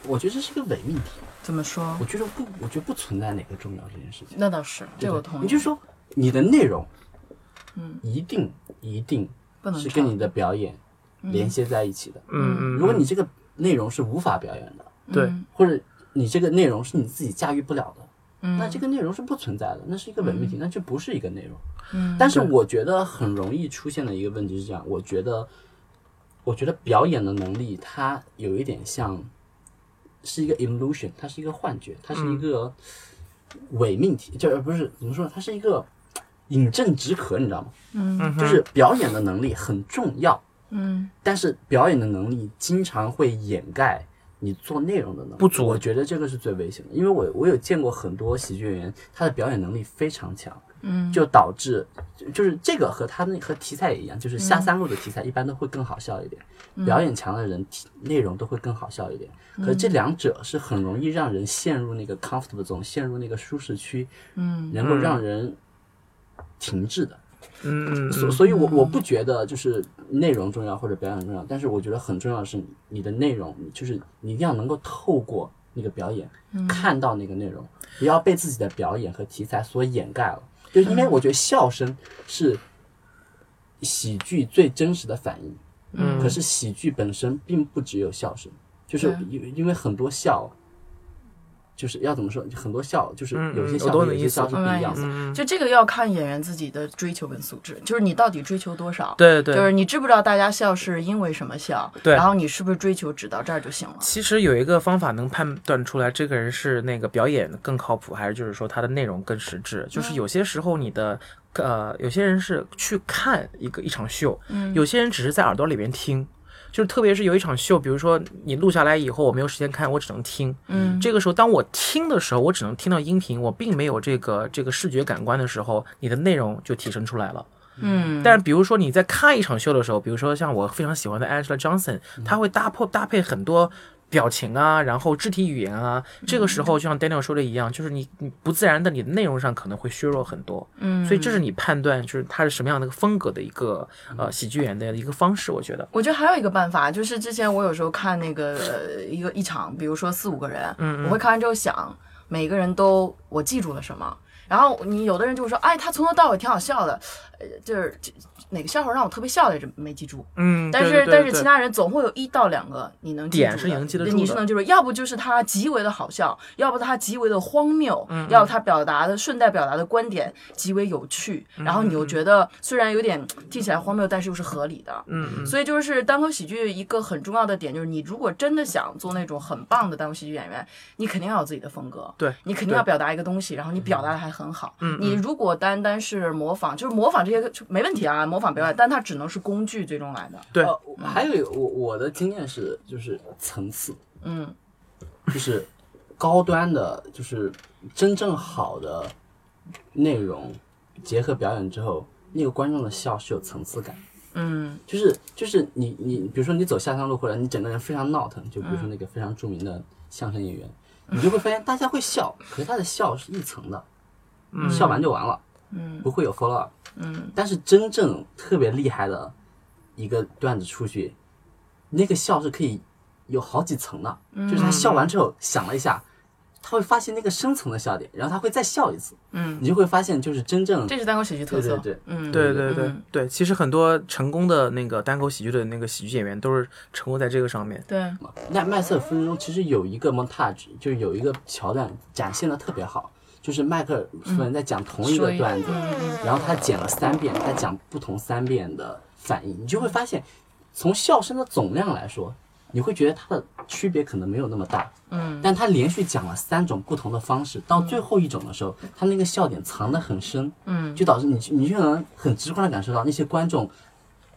[SPEAKER 4] 我觉得这是个伪命题，
[SPEAKER 5] 怎么说
[SPEAKER 4] 我？觉得不，我觉得不存在哪个重要这件事情。
[SPEAKER 5] 那倒是，这我同意。
[SPEAKER 4] 你就说你的内容，
[SPEAKER 5] 嗯，
[SPEAKER 4] 一定一定
[SPEAKER 5] 不能
[SPEAKER 4] 是跟
[SPEAKER 5] 唱
[SPEAKER 4] 你的表演连接在一起的。
[SPEAKER 3] 嗯嗯，
[SPEAKER 4] 如果你这嗯个内容是无法表演的，
[SPEAKER 3] 对
[SPEAKER 4] 或者你这个内容是你自己驾驭不了的，
[SPEAKER 5] 嗯
[SPEAKER 4] 那这个内容是不存在的，那是一个伪命题，那就不是一个内容。
[SPEAKER 5] 嗯
[SPEAKER 4] 但是我觉得很容易出现的一个问题是这样，我觉得，我觉得表演的能力它有一点像，是一个 illusion，它是一个幻觉，它是一
[SPEAKER 5] 嗯
[SPEAKER 4] 个伪命题，就呃不是怎么说，它是一个饮鸩止渴，你知道吗？
[SPEAKER 5] 嗯
[SPEAKER 4] 就是表演的能力很重要，
[SPEAKER 5] 嗯
[SPEAKER 4] 但是表演的能力经常会掩盖你做内容的能力
[SPEAKER 3] 不足
[SPEAKER 4] 我觉得这个是最危险的，因为我我有见过很多喜剧演员，他的表演能力非常强，
[SPEAKER 5] 嗯，
[SPEAKER 4] 就导致就就是这个和他那和题材也一样，就是下三路的
[SPEAKER 5] 嗯
[SPEAKER 4] 题材一般都会更好笑一点，表演强的人题内容都会更好笑一点。
[SPEAKER 5] 嗯
[SPEAKER 4] 可是这两者是很容易让人陷入那个 comfortable zone，陷入那个舒适区，
[SPEAKER 5] 嗯，
[SPEAKER 4] 能够让人停滞的。
[SPEAKER 3] 嗯嗯
[SPEAKER 4] 所所以我，我不觉得就是内容重要或者表演重要，但是我觉得很重要的是你你的内容，就是你一定要能够透过那个表演、
[SPEAKER 3] 嗯
[SPEAKER 4] 看到那个内容，不要被自己的表演和题材所掩盖了。就是因
[SPEAKER 3] 嗯
[SPEAKER 4] 为我觉得笑声是喜剧最真实的反应，
[SPEAKER 3] 嗯，
[SPEAKER 4] 可是喜剧本身并不只有笑声，就是
[SPEAKER 5] 对
[SPEAKER 4] 因为因为很多笑。就是要怎么说？很多笑就是
[SPEAKER 3] 嗯
[SPEAKER 4] 有些
[SPEAKER 3] 嗯
[SPEAKER 4] 笑
[SPEAKER 3] 我懂
[SPEAKER 4] 和
[SPEAKER 3] 你
[SPEAKER 4] 有
[SPEAKER 3] 的
[SPEAKER 4] 些
[SPEAKER 3] 意思
[SPEAKER 4] 笑是不一样的。
[SPEAKER 3] 嗯嗯
[SPEAKER 5] 就这个要看演员自己的追求跟素质，就是你到底追求多少。
[SPEAKER 3] 对对，
[SPEAKER 5] 就是你知不知道大家笑是因为什么笑，
[SPEAKER 3] 对
[SPEAKER 5] 然后你是不是追求只到这儿就行了？
[SPEAKER 3] 其实有一个方法能判断出来这个人是那个表演更靠谱，还是就是说他的内容更实质。就是有些时候你的呃，有些人是去看一个一场秀，有些人只是在耳朵里边听。就是特别是有一场秀，比如说你录下来以后，我没有时间看，我只能听。嗯，这个时候当我听的时候，我只能听到音频，我并没有这个这个视觉感官的时候，你的内容就提升出来了。
[SPEAKER 5] 嗯，
[SPEAKER 3] 但是比如说你在看一场秀的时候，比如说像我非常喜欢的 Angela Johnson，她会搭配搭配很多。表情啊，然后肢体语言啊，这个时候就像 Daniel 说的一样，就是你你不自然的，你的内容上可能会削弱很多，嗯，所以这是你判断就是他是什么样的一个风格的一个呃喜剧演员的一个方式，我觉得，
[SPEAKER 5] 我觉得还有一个办法，就是之前我有时候看那个呃一个一场，比如说四五个人，我会看完之后想，每个人都我记住了什么。然后你有的人就会说，哎，他从头到尾挺好笑的，呃，就是这哪个笑话让我特别笑来着，没记住。
[SPEAKER 3] 嗯
[SPEAKER 5] 但是但是其他人总会有一到两个你能记
[SPEAKER 3] 点
[SPEAKER 5] 住
[SPEAKER 3] 是
[SPEAKER 5] 的
[SPEAKER 3] 能记得
[SPEAKER 5] 对
[SPEAKER 3] 住
[SPEAKER 5] 你
[SPEAKER 3] 的
[SPEAKER 5] 是能记住，要不就是他极为的好笑，要不他极为的荒谬，
[SPEAKER 3] 嗯
[SPEAKER 5] 要不他表达的顺带表达的观点极为有趣，
[SPEAKER 3] 嗯
[SPEAKER 5] 然后你又觉得虽然有点听起来荒谬，但是又是合理的，
[SPEAKER 3] 嗯
[SPEAKER 5] 所以就是单口喜剧一个很重要的点，就是你如果真的想做那种很棒的单口喜剧演员，你肯定要有自己的风格，
[SPEAKER 3] 对
[SPEAKER 5] 你肯定要表达一个东西，然后你表达的还很好。
[SPEAKER 3] 嗯嗯
[SPEAKER 5] 你如果单单是模仿，就是模仿这些就没问题啊，模仿
[SPEAKER 3] 嗯
[SPEAKER 5] 表演，但它只能是工具，最终来的。
[SPEAKER 3] 对
[SPEAKER 4] 呃，还有一个我我的经验是，就是层次，
[SPEAKER 5] 嗯
[SPEAKER 4] 就是高端的，就是真正好的内容结合表演之后，那个观众的笑是有层次感。
[SPEAKER 5] 嗯
[SPEAKER 4] 就是就是你你，比如说你走下山路或者你整个人非常闹腾，就比如说那个非常著名的相声演员，你就会发现大家会笑，可是他的笑是一层的，笑完就完了，
[SPEAKER 5] 嗯
[SPEAKER 4] 不会有 follow up。
[SPEAKER 5] 嗯
[SPEAKER 4] 但是真正特别厉害的一个段子出去，
[SPEAKER 5] 嗯
[SPEAKER 4] 那个笑是可以有好几层的，就是他笑完之后想了一下，他会发现那个深层的笑点，然后他会再笑一次，嗯，你就会发现就是真正
[SPEAKER 5] 这是单口喜剧特色。
[SPEAKER 4] 嗯对对对
[SPEAKER 5] 嗯，
[SPEAKER 3] 对对对对，其实很多成功的那个单口喜剧的那个喜剧演员都是成功在这个上面。
[SPEAKER 5] 对，
[SPEAKER 4] 那麦瑟夫人中其实有一个 montage，就有一个桥段展现的特别好，就是麦克夫人在讲同一个
[SPEAKER 5] 说一
[SPEAKER 4] 段子，
[SPEAKER 5] 嗯
[SPEAKER 4] 嗯然后他剪了三遍，他讲不同三遍的反应，你就会发现，从笑声的总量来说，你会觉得它的区别可能没有那么大，嗯，但他连续讲了三种不同的方式，到最后一种的时候，他那个笑点藏得很深，嗯，就导致你你就能很直观的感受到那些观众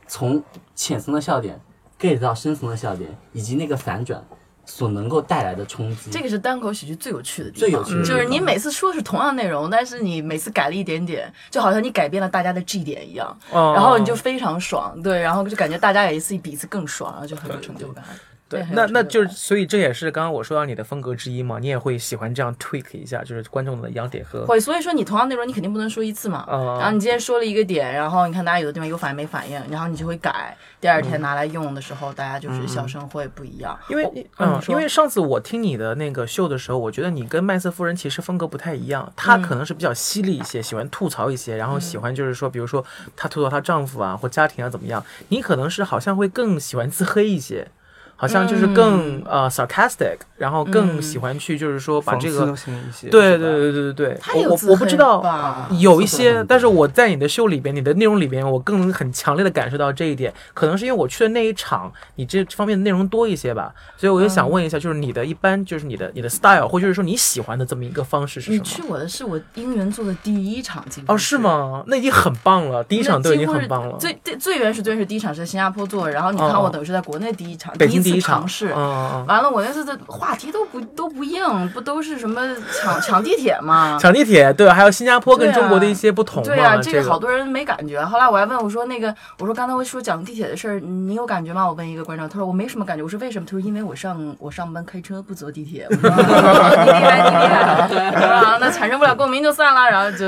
[SPEAKER 4] 从浅层的笑点 get 到深层的笑点，以及那个反转所能够带来的冲击。
[SPEAKER 5] 这个是单口喜剧最有趣的地方，嗯
[SPEAKER 4] 最有趣的地
[SPEAKER 5] 就是你
[SPEAKER 4] 方
[SPEAKER 5] 每次说的是同样内容，但是你每次改了一点点，就好像你改变了大家的 G 点一样，
[SPEAKER 3] 哦
[SPEAKER 5] 然后你就非常爽，对，然后就感觉大家也一次比一次更爽，然后就很有成就感。对，很有
[SPEAKER 3] 那
[SPEAKER 5] 成
[SPEAKER 3] 那
[SPEAKER 5] 就
[SPEAKER 3] 就是，
[SPEAKER 5] 感
[SPEAKER 3] 所以这也是刚刚我说到你的风格之一嘛，你也会喜欢这样 tweak 一下，就是观众的痒点和
[SPEAKER 5] 会，所以说你同样内容你肯定不能说一次嘛。
[SPEAKER 3] 嗯
[SPEAKER 5] 然后你今天说了一个点，然后你看大家有的地方有反应没反应，然后你就会改，第二
[SPEAKER 3] 嗯
[SPEAKER 5] 天拿来用的时候，大家就是笑声会不一样。
[SPEAKER 3] 因为
[SPEAKER 5] 我
[SPEAKER 3] 嗯
[SPEAKER 5] 哦啊你，说
[SPEAKER 3] 因为上次我听你的那个秀的时候，我觉得你跟麦瑟夫人其实风格不太一样，她
[SPEAKER 5] 嗯
[SPEAKER 3] 可能是比较犀利一些，喜欢吐槽一些，然后喜欢就是说，比如说她吐槽她丈夫啊或家庭啊怎么样，你可能是好像会更喜欢自黑一些。好像就是更、
[SPEAKER 5] 嗯
[SPEAKER 3] 呃 sarcastic，然后更喜欢去就是说把这个
[SPEAKER 2] 讽刺性一些
[SPEAKER 3] 对
[SPEAKER 2] 是吧
[SPEAKER 3] 对对对对对，
[SPEAKER 5] 他
[SPEAKER 3] 我
[SPEAKER 5] 有
[SPEAKER 3] 我
[SPEAKER 5] 自
[SPEAKER 3] 我不知
[SPEAKER 5] 黑
[SPEAKER 3] 道
[SPEAKER 5] 吧
[SPEAKER 3] 啊有一
[SPEAKER 4] 是
[SPEAKER 3] 些
[SPEAKER 4] 的，
[SPEAKER 3] 但是我在你的秀里边，你的内容里边，我更能很强烈的感受到这一点，可能是因为我去的那一场，你这这方面的内容多一些吧，所以我就想
[SPEAKER 5] 嗯
[SPEAKER 3] 问一下，就是你的一般就是你的你的 style，或者是说你喜欢的这么一个方式是
[SPEAKER 5] 你
[SPEAKER 3] 什
[SPEAKER 5] 去
[SPEAKER 3] 么？
[SPEAKER 5] 我的是我英元做的第一场，几乎
[SPEAKER 3] 哦，是？吗？那已经很棒了，第一场都已经很棒了，
[SPEAKER 5] 最最最原始最原始第一场是在新加坡做，然后你
[SPEAKER 3] 哦
[SPEAKER 5] 看
[SPEAKER 3] 哦
[SPEAKER 5] 我等于是在国内第一场，
[SPEAKER 3] 北京
[SPEAKER 5] 第
[SPEAKER 3] 第一
[SPEAKER 5] 次
[SPEAKER 3] 场
[SPEAKER 5] 尝试。啊
[SPEAKER 3] 嗯嗯嗯，
[SPEAKER 5] 完了，我那次的话题都不都不硬，不都是什么抢抢地铁嘛？
[SPEAKER 3] 抢地铁对，还有新加坡跟
[SPEAKER 5] 对啊
[SPEAKER 3] 中国的一些不同嘛，
[SPEAKER 5] 对呀、
[SPEAKER 3] 这
[SPEAKER 5] 这个好多人没感觉。后来我还问我说那个，我说刚才我说讲地铁的事儿，你有感觉吗？我问一个观众，他说我没什么感觉。我说为什么？他说因为我上我上班开车不坐地铁。
[SPEAKER 3] [laughs]
[SPEAKER 5] 我说你厉害，你厉害，是吧？那产生不了共鸣就算了。然后就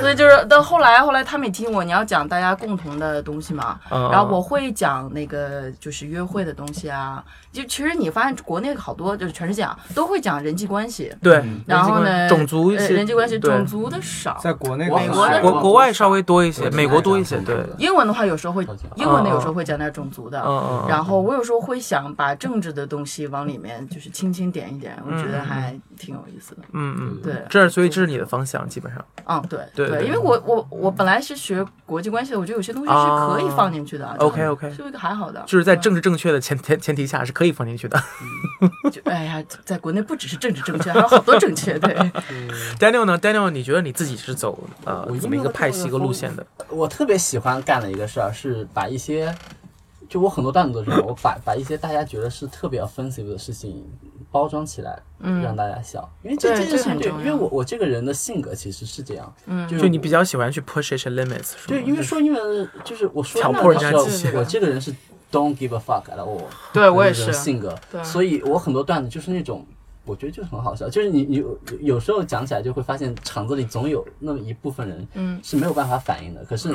[SPEAKER 5] 所以就是到后来，后来他们也提醒我，你要讲大家共同的东西嘛。
[SPEAKER 3] 嗯
[SPEAKER 5] 然后我会讲那个就是约会的东西啊，就其实你发现国内好多就是全世界啊都会讲人际关系。
[SPEAKER 3] 对，
[SPEAKER 5] 嗯然后呢，
[SPEAKER 3] 人际关系种族一
[SPEAKER 5] 呃
[SPEAKER 3] 些
[SPEAKER 5] 人际关系，
[SPEAKER 3] 对
[SPEAKER 5] 种族的少，
[SPEAKER 2] 在国内
[SPEAKER 4] 我
[SPEAKER 2] 可能
[SPEAKER 5] 美国的
[SPEAKER 2] 是
[SPEAKER 3] 国国外稍微多一些，
[SPEAKER 4] 我挺
[SPEAKER 3] 美国多
[SPEAKER 4] 爱
[SPEAKER 3] 一些，
[SPEAKER 4] 讲
[SPEAKER 3] 对
[SPEAKER 4] 这，个
[SPEAKER 5] 英文的话，有时候会
[SPEAKER 4] 好讲
[SPEAKER 5] 英文的
[SPEAKER 3] 嗯嗯
[SPEAKER 5] 有时候会讲点种族的，
[SPEAKER 3] 嗯嗯
[SPEAKER 5] 然后我有时候会想把政治的东西往里面就是轻轻点一点，我觉得还挺有意思的。
[SPEAKER 3] 嗯嗯，
[SPEAKER 5] 对，
[SPEAKER 3] 这所以这是你的方向，基本上。
[SPEAKER 5] 嗯，对
[SPEAKER 3] 对对
[SPEAKER 5] 因为我我我本来是学国际关系的，我觉得有些东西是可以放进去的。就
[SPEAKER 3] OK，OK
[SPEAKER 5] 就还好的，嗯
[SPEAKER 3] 就是在政治正确的前前前提下是可以放进去的。 [laughs]
[SPEAKER 5] 就哎呀，在国内不只是政治正确，还有好多正确。对，
[SPEAKER 4] [laughs] 嗯
[SPEAKER 3] Daniel 呢？Daniel，你觉得你自己是走呃
[SPEAKER 4] 我
[SPEAKER 3] 怎么一个派系一个路线的？
[SPEAKER 4] 我特别喜欢干的一个事儿是把一些，就我很多段子都是这样，我把把一些大家觉得是特别 offensive 的事情包装起来，嗯，让大家笑，因为这
[SPEAKER 5] 对
[SPEAKER 4] 这件事
[SPEAKER 5] 这
[SPEAKER 4] 情
[SPEAKER 5] 很
[SPEAKER 4] 就，
[SPEAKER 5] 重要
[SPEAKER 4] 因为我我这个人的性格其实是这样，嗯，就
[SPEAKER 3] 就你
[SPEAKER 4] 我
[SPEAKER 3] 比较喜欢去 push 一些 limits，是
[SPEAKER 4] 对，
[SPEAKER 3] 吗？
[SPEAKER 4] 因为说英文就是我说
[SPEAKER 3] 挑
[SPEAKER 4] 英
[SPEAKER 3] 拨
[SPEAKER 4] 文
[SPEAKER 3] 人家
[SPEAKER 4] 的时候
[SPEAKER 3] 极限，
[SPEAKER 4] 我这个人是 don't give a fuck 的，我
[SPEAKER 5] 对我也
[SPEAKER 4] 这
[SPEAKER 5] 是
[SPEAKER 4] 种。性格
[SPEAKER 5] 对，啊
[SPEAKER 4] 所以我很多段子就是那种。我觉得就是很好笑，就是你你有有时候讲起来就会发现场子里总有那么一部分人，嗯，是没有办法反应的。可
[SPEAKER 5] [clears throat]
[SPEAKER 4] 是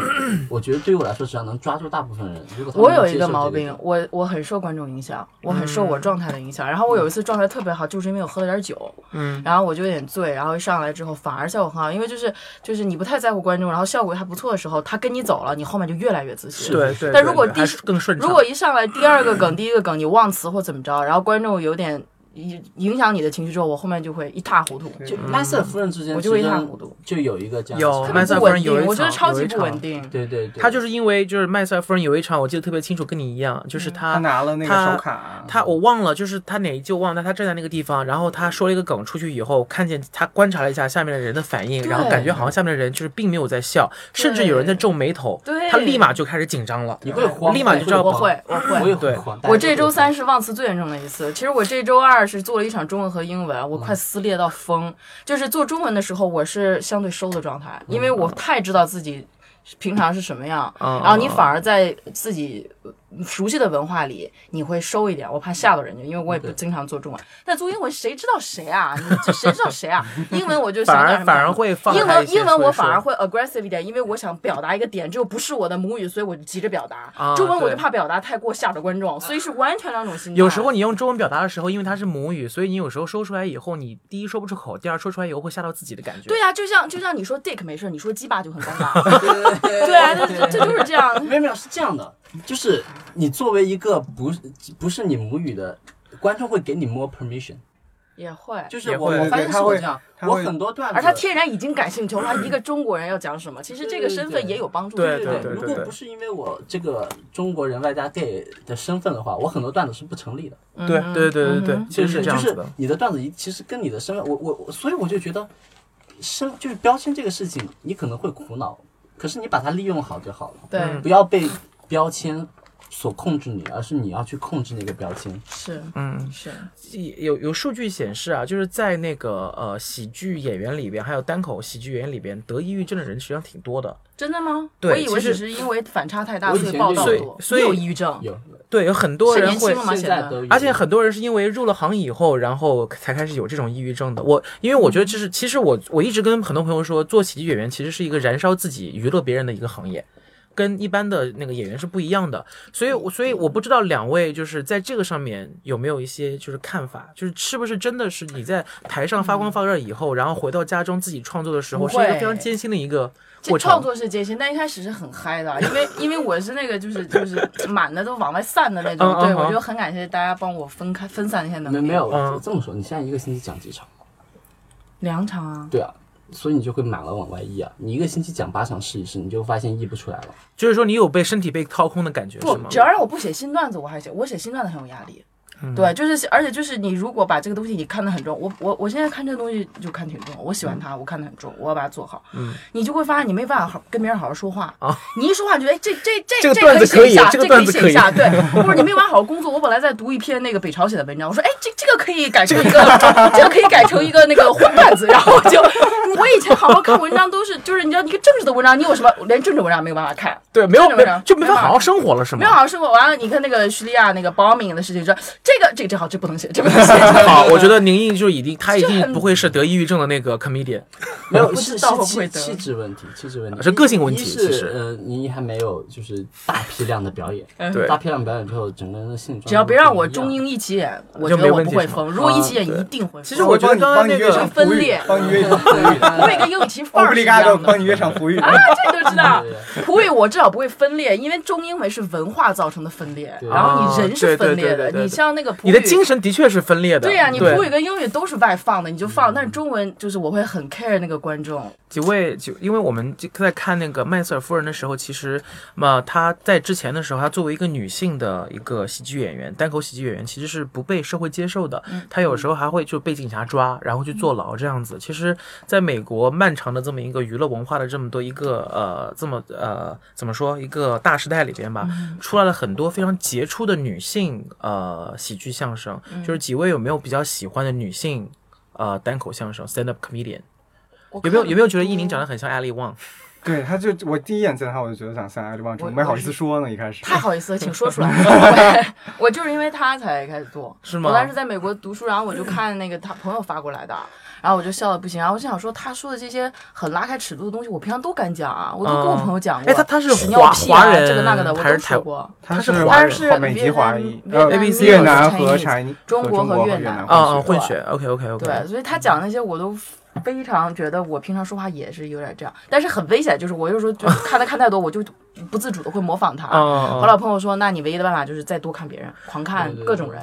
[SPEAKER 4] 我觉得对于我来说，只要能抓住大部分人，如果他们
[SPEAKER 5] 我有
[SPEAKER 4] 能
[SPEAKER 5] 一
[SPEAKER 4] 接
[SPEAKER 5] 个
[SPEAKER 4] 受
[SPEAKER 5] 毛
[SPEAKER 4] 这
[SPEAKER 5] 病
[SPEAKER 4] 点，
[SPEAKER 5] 我我很受观众影响，我很受我状态的影响。然后我有一次状态特别好，就是因为我喝了点酒，嗯，然后我就有点醉，然后一上来之后反而效果很好，因为就是就是你不太在乎观众，然后效果还不错的时候，他跟你走了，你后面就越来越自信。
[SPEAKER 3] 对对。
[SPEAKER 5] 但如果
[SPEAKER 3] 对
[SPEAKER 5] 第
[SPEAKER 3] 还是更顺畅，
[SPEAKER 5] 如果一上来第二个梗、第一个梗你忘词或怎么着，然后观众有点影影响你的情绪之后，我后面就会一塌糊涂。
[SPEAKER 4] 就麦瑟夫人之间
[SPEAKER 5] 嗯我
[SPEAKER 4] 之
[SPEAKER 5] 就会一塌
[SPEAKER 4] 间
[SPEAKER 5] 糊涂
[SPEAKER 4] 就有一个这样
[SPEAKER 3] 有
[SPEAKER 4] 的
[SPEAKER 3] 麦瑟
[SPEAKER 5] 不
[SPEAKER 3] 夫
[SPEAKER 5] 稳
[SPEAKER 3] 人有一
[SPEAKER 5] 定，
[SPEAKER 3] 场
[SPEAKER 5] 我觉得超级
[SPEAKER 3] 有一
[SPEAKER 5] 不
[SPEAKER 3] 场
[SPEAKER 5] 稳定。
[SPEAKER 4] 对对对，
[SPEAKER 3] 他就是因为就是麦瑟夫人有一场，我记得特别清楚，跟你一样，就是
[SPEAKER 2] 他
[SPEAKER 3] 他
[SPEAKER 2] 拿了那
[SPEAKER 3] 他
[SPEAKER 2] 个手卡，啊
[SPEAKER 3] 他我忘了，就是他哪一就忘了，他站在那个地方，然后他说了一个梗出去以后，看见他观察了一下下面的人的反应，
[SPEAKER 5] 对
[SPEAKER 3] 然后感觉好像下面的人就是并没有在笑，甚至有人在皱眉头，
[SPEAKER 5] 对
[SPEAKER 3] 他立马就开始紧张了。
[SPEAKER 4] 你会慌，
[SPEAKER 3] 立马就知道
[SPEAKER 5] 我会，我会，
[SPEAKER 4] 我也
[SPEAKER 3] 对
[SPEAKER 4] 会慌。大家
[SPEAKER 5] 我
[SPEAKER 4] 都
[SPEAKER 5] 这
[SPEAKER 4] 会
[SPEAKER 5] 周
[SPEAKER 4] 慌
[SPEAKER 5] 三是忘词最严重的一次。其实我这周二是做了一场中文和英文，我
[SPEAKER 3] 嗯
[SPEAKER 5] 快撕裂到疯。就是做中文的时候，我是相对收的状态，因为我太知道自己平常是什么样，
[SPEAKER 3] 嗯
[SPEAKER 5] 然后你反而在自己熟悉的文化里，你会收一点，我怕吓到人家，因为我也
[SPEAKER 3] 嗯
[SPEAKER 5] 不经常做中文。但做英文，谁知道谁啊？你这谁知道谁啊？英文我就想
[SPEAKER 3] 反
[SPEAKER 5] 干什
[SPEAKER 3] 而
[SPEAKER 5] 么
[SPEAKER 3] 反而会放
[SPEAKER 5] 英
[SPEAKER 3] 开一
[SPEAKER 5] 文
[SPEAKER 3] 些
[SPEAKER 5] 英文我
[SPEAKER 3] 说
[SPEAKER 5] 反而会 aggressive 一点，因为我想表达一个点，这又不是我的母语，所以我就急着表达。
[SPEAKER 3] 啊
[SPEAKER 5] 中文我
[SPEAKER 3] 对
[SPEAKER 5] 就怕表达太过吓着观众，所以是完全两种心态。
[SPEAKER 3] 有时候你用中文表达的时候，因为它是母语，所以你有时候说出来以后，你第一说不出口，第二说出来以后会吓到自己的感觉。
[SPEAKER 5] 对呀、就像就像你说 dick 没事，你说鸡巴就很尴尬。
[SPEAKER 3] [laughs]
[SPEAKER 5] [laughs] 对啊，这这就是这样。
[SPEAKER 4] 没有没有，是这样的，就是你作为一个不是不是你母语的观众会给你 more permission，
[SPEAKER 5] 也会，
[SPEAKER 4] 就是
[SPEAKER 2] 也
[SPEAKER 4] 我
[SPEAKER 2] 会
[SPEAKER 4] 我发
[SPEAKER 2] 对
[SPEAKER 4] 现
[SPEAKER 2] 他
[SPEAKER 4] 是我
[SPEAKER 2] 会
[SPEAKER 4] 这样，
[SPEAKER 2] 他
[SPEAKER 4] 我
[SPEAKER 2] 会
[SPEAKER 4] 很多段子，
[SPEAKER 5] 而他天然已经感兴趣了，一个中国人要讲什么，其实这个身份也有帮助。
[SPEAKER 3] 对
[SPEAKER 4] 对
[SPEAKER 3] 对
[SPEAKER 4] 如果
[SPEAKER 3] 对
[SPEAKER 4] 不是因为我这个中国人外加 gay 的身份的话，我很多段子是不成立的。
[SPEAKER 5] 嗯
[SPEAKER 3] 对对对对对，其
[SPEAKER 4] 对
[SPEAKER 3] 实是这
[SPEAKER 4] 不对？就
[SPEAKER 3] 样子
[SPEAKER 4] 是
[SPEAKER 3] 的。
[SPEAKER 4] 你的段子一其实跟你的身份，我我我，所以我就觉得身就是标签这个事情，你可能会苦恼，可是你把它利用好就好了，
[SPEAKER 5] 对，
[SPEAKER 3] 嗯
[SPEAKER 4] 不要被标签所控制你，而是你要去控制那个标签。
[SPEAKER 5] 是
[SPEAKER 3] 嗯，
[SPEAKER 5] 是，
[SPEAKER 3] 有有数据显示啊，就是在那个呃喜剧演员里边，还有单口喜剧演员里边，得抑郁症的人实际上挺多的。
[SPEAKER 5] 真的吗？
[SPEAKER 3] 对
[SPEAKER 5] 我以为
[SPEAKER 3] 其实
[SPEAKER 5] 只是因为反差太大，
[SPEAKER 4] 我以
[SPEAKER 5] 所以
[SPEAKER 4] 前
[SPEAKER 5] 报
[SPEAKER 4] 就
[SPEAKER 5] 道
[SPEAKER 4] 有
[SPEAKER 5] 多，
[SPEAKER 3] 所以
[SPEAKER 5] 你有抑郁症，
[SPEAKER 4] 有，
[SPEAKER 3] 对，有很多
[SPEAKER 5] 是
[SPEAKER 3] 人
[SPEAKER 5] 年
[SPEAKER 3] 会
[SPEAKER 5] 轻了吗
[SPEAKER 4] 现在都有，
[SPEAKER 3] 而且很多人是因为入了行以后，然后才开始有这种抑郁症的。我因为我觉得
[SPEAKER 5] 嗯
[SPEAKER 3] 这是，其实我我一直跟很多朋友说，做喜剧演员其实是一个燃烧自己、娱乐别人的一个行业，跟一般的那个演员是不一样的。所以
[SPEAKER 5] 嗯
[SPEAKER 3] 我，所以我不知道两位就是在这个上面有没有一些就是看法，就是是不是真的是你在台上发光发热以后，然后回到家中自己创作的时候，
[SPEAKER 5] 不
[SPEAKER 3] 是一个
[SPEAKER 5] 会
[SPEAKER 3] 非常艰辛的一个
[SPEAKER 5] 这
[SPEAKER 3] 过
[SPEAKER 5] 创
[SPEAKER 3] 程。
[SPEAKER 5] 作是艰辛，但一开始是很
[SPEAKER 3] [laughs]
[SPEAKER 5] 嗨的，啊因为因为我是那个就是就是满的都往外散的那
[SPEAKER 3] 嗯
[SPEAKER 5] 种，
[SPEAKER 3] 嗯
[SPEAKER 5] 对
[SPEAKER 3] 嗯
[SPEAKER 5] 我就很感谢大家帮我分开分散一些能
[SPEAKER 4] 没
[SPEAKER 5] 力。
[SPEAKER 4] 没有
[SPEAKER 3] 嗯
[SPEAKER 4] 我这么说，你现在一个星期讲几场？
[SPEAKER 5] 两场啊，
[SPEAKER 4] 对啊。所以你就会满了往外溢啊！你一个星期讲八场试一试，你就发现溢不出来了。
[SPEAKER 3] 就是说，你有被身体被掏空的感觉是
[SPEAKER 5] 不
[SPEAKER 3] 吗，
[SPEAKER 5] 只？要让我不写新段子，我还写，我写新段子很有压力。
[SPEAKER 3] 嗯
[SPEAKER 5] 对，就是，而且就是你如果把这个东西你看得很重，我我我现在看这个东西就看挺重，我
[SPEAKER 3] 嗯
[SPEAKER 5] 喜欢它，我看得很重，我要把它做好，嗯，你就会发现你没办法好跟别人好好说话
[SPEAKER 3] 啊，
[SPEAKER 5] 你一说话你觉得哎这这这
[SPEAKER 3] 这个
[SPEAKER 5] 这
[SPEAKER 3] 段子
[SPEAKER 5] 可
[SPEAKER 3] 可以
[SPEAKER 5] 写一下，
[SPEAKER 3] 这
[SPEAKER 5] 这
[SPEAKER 3] 个
[SPEAKER 5] 可
[SPEAKER 3] 段
[SPEAKER 5] 以
[SPEAKER 3] 子
[SPEAKER 5] 写
[SPEAKER 3] 可以 [laughs]
[SPEAKER 5] 一下，对，或者你没有办法好好工作，我本来在读一篇那个北朝鲜的文章，我说哎这这个可以改成一个，这个可以改成一个那个荤段子，然后就 [laughs] 我以前好好看文章都是就是你知道一个政治的文章，你有什么连政治文章没有办法看，
[SPEAKER 3] 对，没有
[SPEAKER 5] 真的
[SPEAKER 3] 没
[SPEAKER 5] 没
[SPEAKER 3] 有
[SPEAKER 5] 有
[SPEAKER 3] 就没法
[SPEAKER 5] 没法
[SPEAKER 3] 好好生活了是
[SPEAKER 5] 没有啊好
[SPEAKER 3] 吗？
[SPEAKER 5] 好生活。完了，你看那个叙利亚那个 bombing 的事情，说这个这个这好，这不能写，这不能写。
[SPEAKER 3] [laughs] 好，我觉得宁毅就已经，他已
[SPEAKER 5] 这
[SPEAKER 3] 经
[SPEAKER 5] 很
[SPEAKER 3] 不会是得抑郁症的那个 comedian。
[SPEAKER 4] [laughs] 没有，
[SPEAKER 5] 不
[SPEAKER 4] 是
[SPEAKER 5] 知道
[SPEAKER 4] 是
[SPEAKER 5] 会不
[SPEAKER 4] 气
[SPEAKER 5] 会得
[SPEAKER 4] 气质问题，气质问题
[SPEAKER 3] 是个性问题
[SPEAKER 4] 一
[SPEAKER 3] 其
[SPEAKER 4] 是
[SPEAKER 3] 实
[SPEAKER 4] 呃，你还没有就是大批量的表
[SPEAKER 5] [laughs]
[SPEAKER 4] 演，
[SPEAKER 3] 对
[SPEAKER 4] 大批量表演之后，整个人的性状
[SPEAKER 5] 只要别
[SPEAKER 3] 嗯
[SPEAKER 5] 让我中
[SPEAKER 4] 英，
[SPEAKER 5] 英一起演，我
[SPEAKER 3] 就
[SPEAKER 5] 觉
[SPEAKER 3] 没
[SPEAKER 5] 得我
[SPEAKER 3] 问
[SPEAKER 5] 不
[SPEAKER 3] 题
[SPEAKER 5] 会
[SPEAKER 3] 是吗啊
[SPEAKER 5] 疯。如果一起演，一定会疯。
[SPEAKER 3] 其实我觉得刚刚
[SPEAKER 2] 帮你
[SPEAKER 3] 那
[SPEAKER 2] 约
[SPEAKER 3] 个
[SPEAKER 2] 上
[SPEAKER 5] 分
[SPEAKER 2] 福宇
[SPEAKER 5] 裂，
[SPEAKER 2] 帮你约上福宇，
[SPEAKER 5] 我有一个优奇范
[SPEAKER 2] [laughs] 奥布
[SPEAKER 5] 儿是
[SPEAKER 2] 利
[SPEAKER 5] 一
[SPEAKER 2] 嘎多
[SPEAKER 5] 样
[SPEAKER 2] 帮
[SPEAKER 3] [laughs]
[SPEAKER 5] 的。啊
[SPEAKER 2] 你约上福宇。
[SPEAKER 5] 这都知道
[SPEAKER 4] 对对，
[SPEAKER 5] 普语我至少不会分裂，因为中英文是文化造成的分裂，
[SPEAKER 4] 对
[SPEAKER 5] 然后你人是分
[SPEAKER 3] 啊
[SPEAKER 5] 裂
[SPEAKER 3] 对对对对
[SPEAKER 5] 的。
[SPEAKER 3] 对
[SPEAKER 5] 你像那个普
[SPEAKER 3] 你
[SPEAKER 5] 语，
[SPEAKER 3] 的精神的啊确是分裂的。
[SPEAKER 5] 对呀，啊你普语跟英语都是外放的，你就
[SPEAKER 3] 嗯
[SPEAKER 5] 放。但是中文就是我会很 care 那个观众，
[SPEAKER 3] 几位就因为我们就在看那个麦瑟尔夫人的时候，其实嘛，她在之前的时候，她作为一个女性的一个喜剧演员，单口喜剧演员，其实是不被社会接受的。她有时候还会就被警察抓，然后去坐牢这样子。其实，在美国漫长的这么一个娱乐文化的这么多一个呃这么呃怎么说一个大时代里边吧，出来了很多非常杰出的女性呃喜剧相声。就是几位有没有比较喜欢的女性呃单口相声 stand up comedian？有没有有没有觉得依宁长得很像艾丽旺？
[SPEAKER 2] [laughs] 对，他就我第一眼见他，我就觉得想像艾利旺这种，
[SPEAKER 5] 我
[SPEAKER 2] 没好意思说呢，一开始。
[SPEAKER 5] 太好意思了，请说出来。
[SPEAKER 3] [laughs]
[SPEAKER 5] 我我就是因为他才开始做，
[SPEAKER 3] 是吗
[SPEAKER 5] 我当时在美国读书，然后我就看那个他朋友发过来的，然后我就笑的不行，然后我就想说他说的这些很拉开尺度的东西，我平常都敢讲啊，我都跟我朋友讲过。
[SPEAKER 3] 哎他他是
[SPEAKER 5] 屎尿
[SPEAKER 3] 华
[SPEAKER 5] 屁
[SPEAKER 3] 华
[SPEAKER 5] 啊，
[SPEAKER 3] 人
[SPEAKER 5] 这个那个的，我
[SPEAKER 3] 还是
[SPEAKER 5] 都
[SPEAKER 3] 台
[SPEAKER 5] 说过。
[SPEAKER 2] 他
[SPEAKER 3] 是
[SPEAKER 2] 是
[SPEAKER 3] 华
[SPEAKER 2] 华
[SPEAKER 5] 人
[SPEAKER 2] 人，美籍华裔，
[SPEAKER 5] 越南
[SPEAKER 2] 呃
[SPEAKER 5] 越南
[SPEAKER 3] ABC
[SPEAKER 2] 越南和
[SPEAKER 5] Chinese，
[SPEAKER 2] Chinese，
[SPEAKER 5] 中国
[SPEAKER 2] 国
[SPEAKER 5] 和越
[SPEAKER 2] 越
[SPEAKER 5] 南
[SPEAKER 2] 混
[SPEAKER 3] 嗯嗯，
[SPEAKER 2] 血
[SPEAKER 3] 混血。OK 哦 OK OK。
[SPEAKER 5] 对，所以他讲那些我都非常觉得我平常说话也是有点这样，但是很危险，就是我有时候就看他看太多，我就不自主的会模仿他。
[SPEAKER 3] 嗯
[SPEAKER 5] 我老朋友说，那你唯一的办法就是再多看别人，狂看
[SPEAKER 4] 对对对
[SPEAKER 5] 各种人。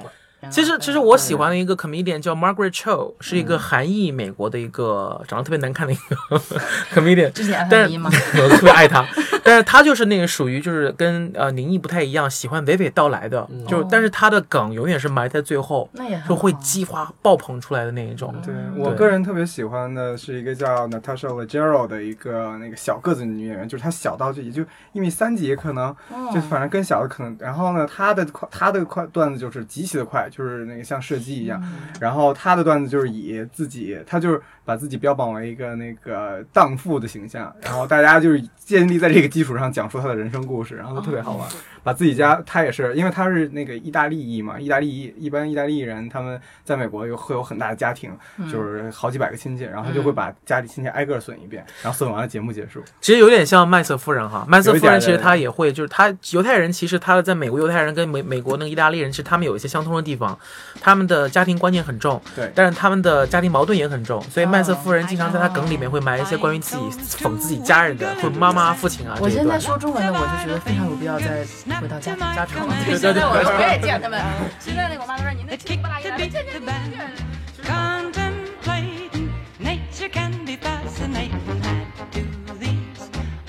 [SPEAKER 3] 其实，其实我喜欢的一个 comedian 叫 Margaret Cho，是一个韩裔美国的一个长得特别难看的一个 [laughs]
[SPEAKER 5] [laughs]
[SPEAKER 3] comedian，
[SPEAKER 5] 之前
[SPEAKER 3] 但
[SPEAKER 5] 安
[SPEAKER 3] 是
[SPEAKER 5] 妮
[SPEAKER 3] [laughs] 我
[SPEAKER 5] 吗
[SPEAKER 3] 特别爱他，但是他就是那个属于就是跟呃宁毅不太一样，喜欢娓娓道来的，就是但是他的梗永远是埋在最后，
[SPEAKER 5] 那也很
[SPEAKER 3] 就会
[SPEAKER 5] 好啊
[SPEAKER 3] 激发爆棚出来的那一种。
[SPEAKER 2] 对我
[SPEAKER 3] 对
[SPEAKER 2] 个人特别喜欢的是一个叫 Natasha Leggero 的一个那个小个子女演员，就是她小到就也就一米三几，可能就反正更小的可能。然后呢，她的快她的快段子就是极其的快，就是那个像射击一样。然后她的段子就是以自己，她就是把自己标榜为一个那个荡妇的形象，然后大家就是建立在这个基础上讲述她的人生故事，然后都特别好玩。把自己家，他也是，因为他是那个意大利裔嘛，意大利裔一般意大利人他们在美国有会有很大的家庭，就是好几百个亲戚，然后他就会把家里亲戚挨个损一遍，然后损完了节目结束。
[SPEAKER 3] 其实有点像麦瑟夫人哈，麦瑟
[SPEAKER 2] 有
[SPEAKER 3] 夫
[SPEAKER 2] 一点
[SPEAKER 3] 人其实
[SPEAKER 2] 对
[SPEAKER 3] 他也会，就是他犹太人，其实他在美国犹太人跟美美国那个意大利人，其实他们有一些相通的地方，他们的家庭观念很重，
[SPEAKER 2] 对
[SPEAKER 3] 但是他们的家庭矛盾也很重，
[SPEAKER 5] 啊
[SPEAKER 3] 所以麦瑟夫人经常在他梗里面会埋一些关于自己讽自己家人的，或者妈妈、父亲啊这
[SPEAKER 5] 我
[SPEAKER 3] 一
[SPEAKER 5] 现在
[SPEAKER 3] 段。
[SPEAKER 5] 说中文的，我就觉得非常有必要再回到家庭家常了。
[SPEAKER 3] [laughs] 对对对
[SPEAKER 5] [laughs] 我我也见他们，现在那个我妈都说你
[SPEAKER 6] that kick the beat the band, contemplating nature can be fascinating. I do these,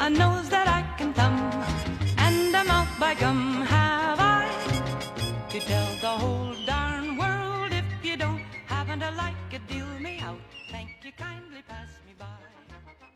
[SPEAKER 6] I knows that I can thumb, and I'm out by gum. Have I to tell the whole darn world if you don't happen to like it, deal me out? Thank you kindly, pass me by.